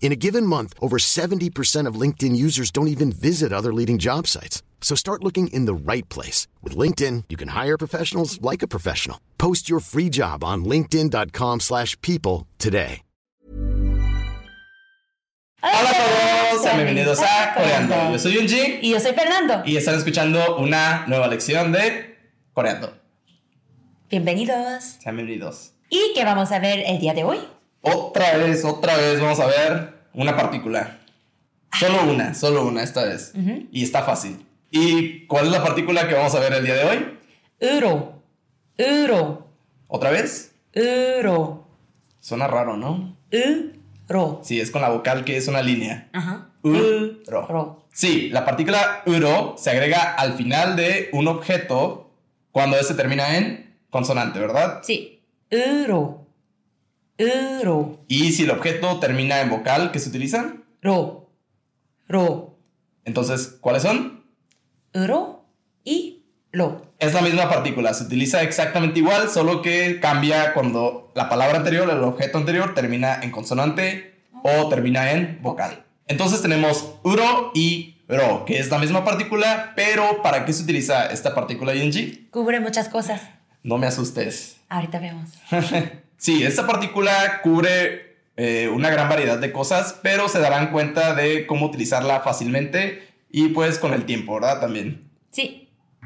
In a given month, over 70% of LinkedIn users don't even visit other leading job sites. So start looking in the right place. With LinkedIn, you can hire professionals like a professional. Post your free job on linkedin.com/people slash people today. Hola a todos, sean bienvenidos a Coreando. Yo soy Yunji Y yo soy Fernando. y están escuchando una nueva lección de Coreando. Bienvenidos. Sean bienvenidos. ¿Y qué vamos a ver el día de hoy? Otra vez, otra vez vamos a ver una partícula. Solo una, solo una esta vez. Y está fácil. ¿Y cuál es la partícula que vamos a ver el día de hoy? Uro. Uro. ¿Otra vez? Uro. Suena raro, ¿no? Uro. Sí, es con la vocal que es una línea. Ajá. Uro. Uro. Sí, la partícula uro se agrega al final de un objeto cuando este termina en consonante, ¿verdad? Sí. Uro. Uro. Y si el objeto termina en vocal, ¿qué se utilizan? Ro. Ro. Entonces, ¿cuáles son? Uro y lo. Es la misma partícula, se utiliza exactamente igual, solo que cambia cuando la palabra anterior, el objeto anterior, termina en consonante o termina en vocal. Entonces tenemos uro y ro, que es la misma partícula, pero ¿para qué se utiliza esta partícula ing? Cubre muchas cosas. No me asustes. Ahorita vemos. Sí, esta partícula cubre eh, una gran variedad de cosas, pero se darán cuenta de cómo utilizarla fácilmente y pues con el tiempo, ¿verdad? También. Sí.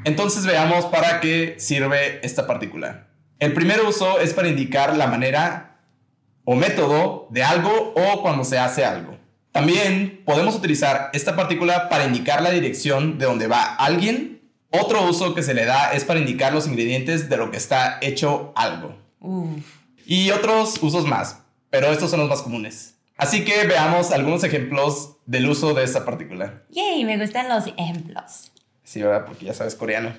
Entonces veamos para qué sirve esta partícula. El primer uso es para indicar la manera o método de algo o cuando se hace algo. También podemos utilizar esta partícula para indicar la dirección de donde va alguien. Otro uso que se le da es para indicar los ingredientes de lo que está hecho algo. Uh. Y otros usos más, pero estos son los más comunes. Así que veamos algunos ejemplos del uso de esta partícula. Yay, me gustan los ejemplos. Sí, ¿verdad? Porque ya sabes coreano.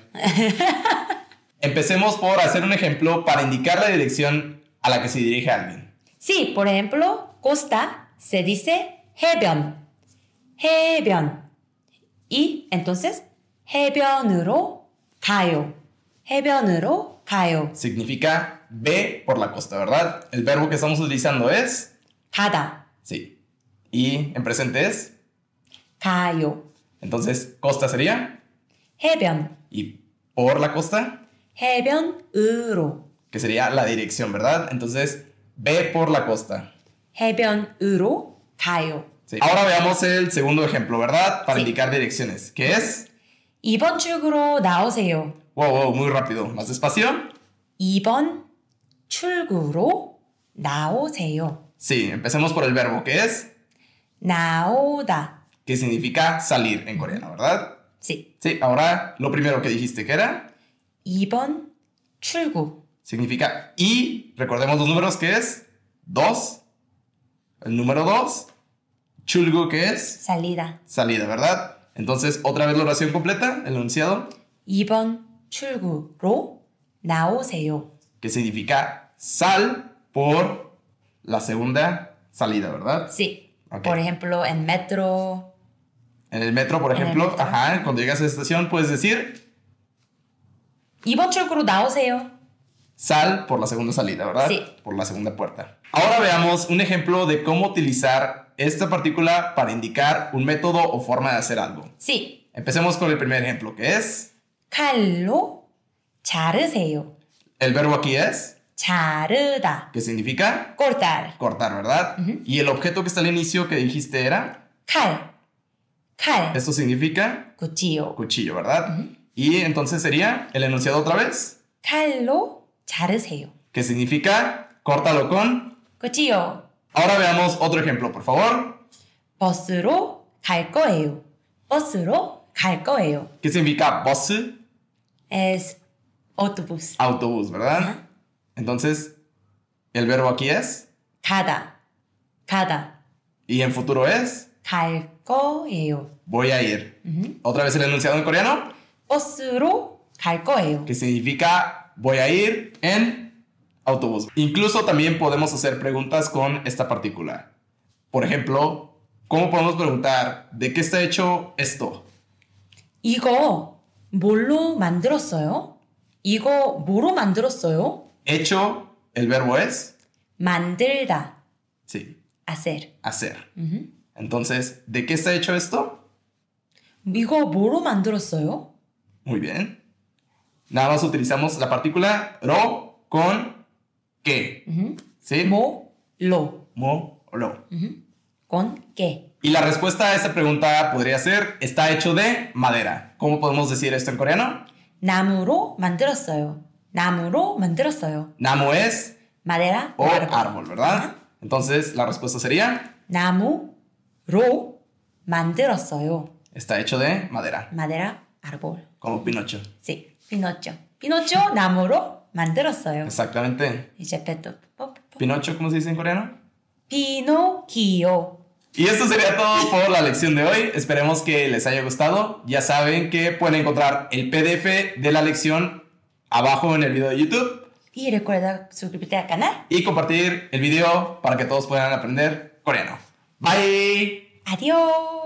Empecemos por hacer un ejemplo para indicar la dirección a la que se dirige alguien. Sí, por ejemplo, costa se dice 해변. 해변. Y entonces 해변으로 가요. 해변으로 가요. Significa ve por la costa, ¿verdad? El verbo que estamos utilizando es 가다. sí. Y en presente es. 가요. Entonces, costa sería. 해변. Y por la costa, 해변으로. que sería la dirección, ¿verdad? Entonces, ve por la costa. 해변으로 가요. Sí. Ahora veamos el segundo ejemplo, ¿verdad? Para Sí. indicar direcciones, que es. 이번 출구로 나오세요. Wow, wow, muy rápido. Más despacio. 이번 출구로 나오세요. Sí, empecemos por el verbo que es, 나오다. que significa salir en coreano, ¿verdad? Sí. Sí, ahora lo primero que dijiste que era, 이번 출구. significa y, recordemos los números que es 2, el número 2, chulgu que es salida. salida, ¿verdad? Entonces, otra vez la oración completa, el enunciado, 2번 출구로 나오세요. que significa sal por la segunda salida, ¿verdad? Sí. Ok. Por ejemplo, en metro. En el metro, por En el ejemplo, metro. ajá, cuando llegas a la estación puedes decir 2번 출구로 나오세요. sal por la segunda salida, ¿verdad? Sí. Por la segunda puerta. Ahora veamos un ejemplo de cómo utilizar esta partícula para indicar un método o forma de hacer algo. Sí. Empecemos con el primer ejemplo, que es 칼로 자르세요. el verbo aquí es, 자르다. que significa cortar. cortar, ¿verdad? Y el objeto que está al inicio que dijiste era, 칼. 칼. esto significa 구찌요. cuchillo, ¿verdad? Y entonces sería el enunciado otra vez, 칼로 자르세요. que significa córtalo con. 구찌요. Ahora veamos otro ejemplo, por favor. 버스로 갈 거예요. 버스로 갈 거예요. ¿Qué significa bus? Es autobús. Autobús, ¿verdad? Entonces, el verbo aquí es 가다. 가다. Y en futuro es 갈 거예요. voy a ir. Otra vez el enunciado en coreano, 버스로 갈 거예요. que significa voy a ir en autobús. Incluso también podemos hacer preguntas con esta particular. Por ejemplo, ¿cómo podemos preguntar de qué está hecho esto? 이거 뭘로 만들었어요? 이거 뭐로 만들었어요? Hecho, el verbo es, 만들다. sí, hacer. hacer. Entonces, ¿de qué está hecho esto? 이거 뭐로 만들었어요? Muy bien. Nada más utilizamos la partícula ro con que. ¿Sí? 뭐로 Mo, lo. 건게 Y la respuesta a esta pregunta podría ser, está hecho de madera. ¿Cómo podemos decir esto en coreano? 나무로 만들었어요. 나무로 만들었어요. Namo es 마데라 o 나무. árbol, ¿verdad? Entonces, la respuesta sería, 나무로 만들었어요. está hecho de madera, 마데라 아르볼. como Pinocho. 시 피노초. 피노초 나무로 만들었어요. Exactamente. 이제 배도 뽀뽀. Pinocho, ¿cómo se dice en coreano? 피노키오. Y esto sería todo por la lección de hoy. Esperemos que les haya gustado. Ya saben que pueden encontrar el PDF de la lección abajo en el video de YouTube Y recuerda suscribirte al canal. y compartir el video para que todos puedan aprender coreano. Bye. Adiós.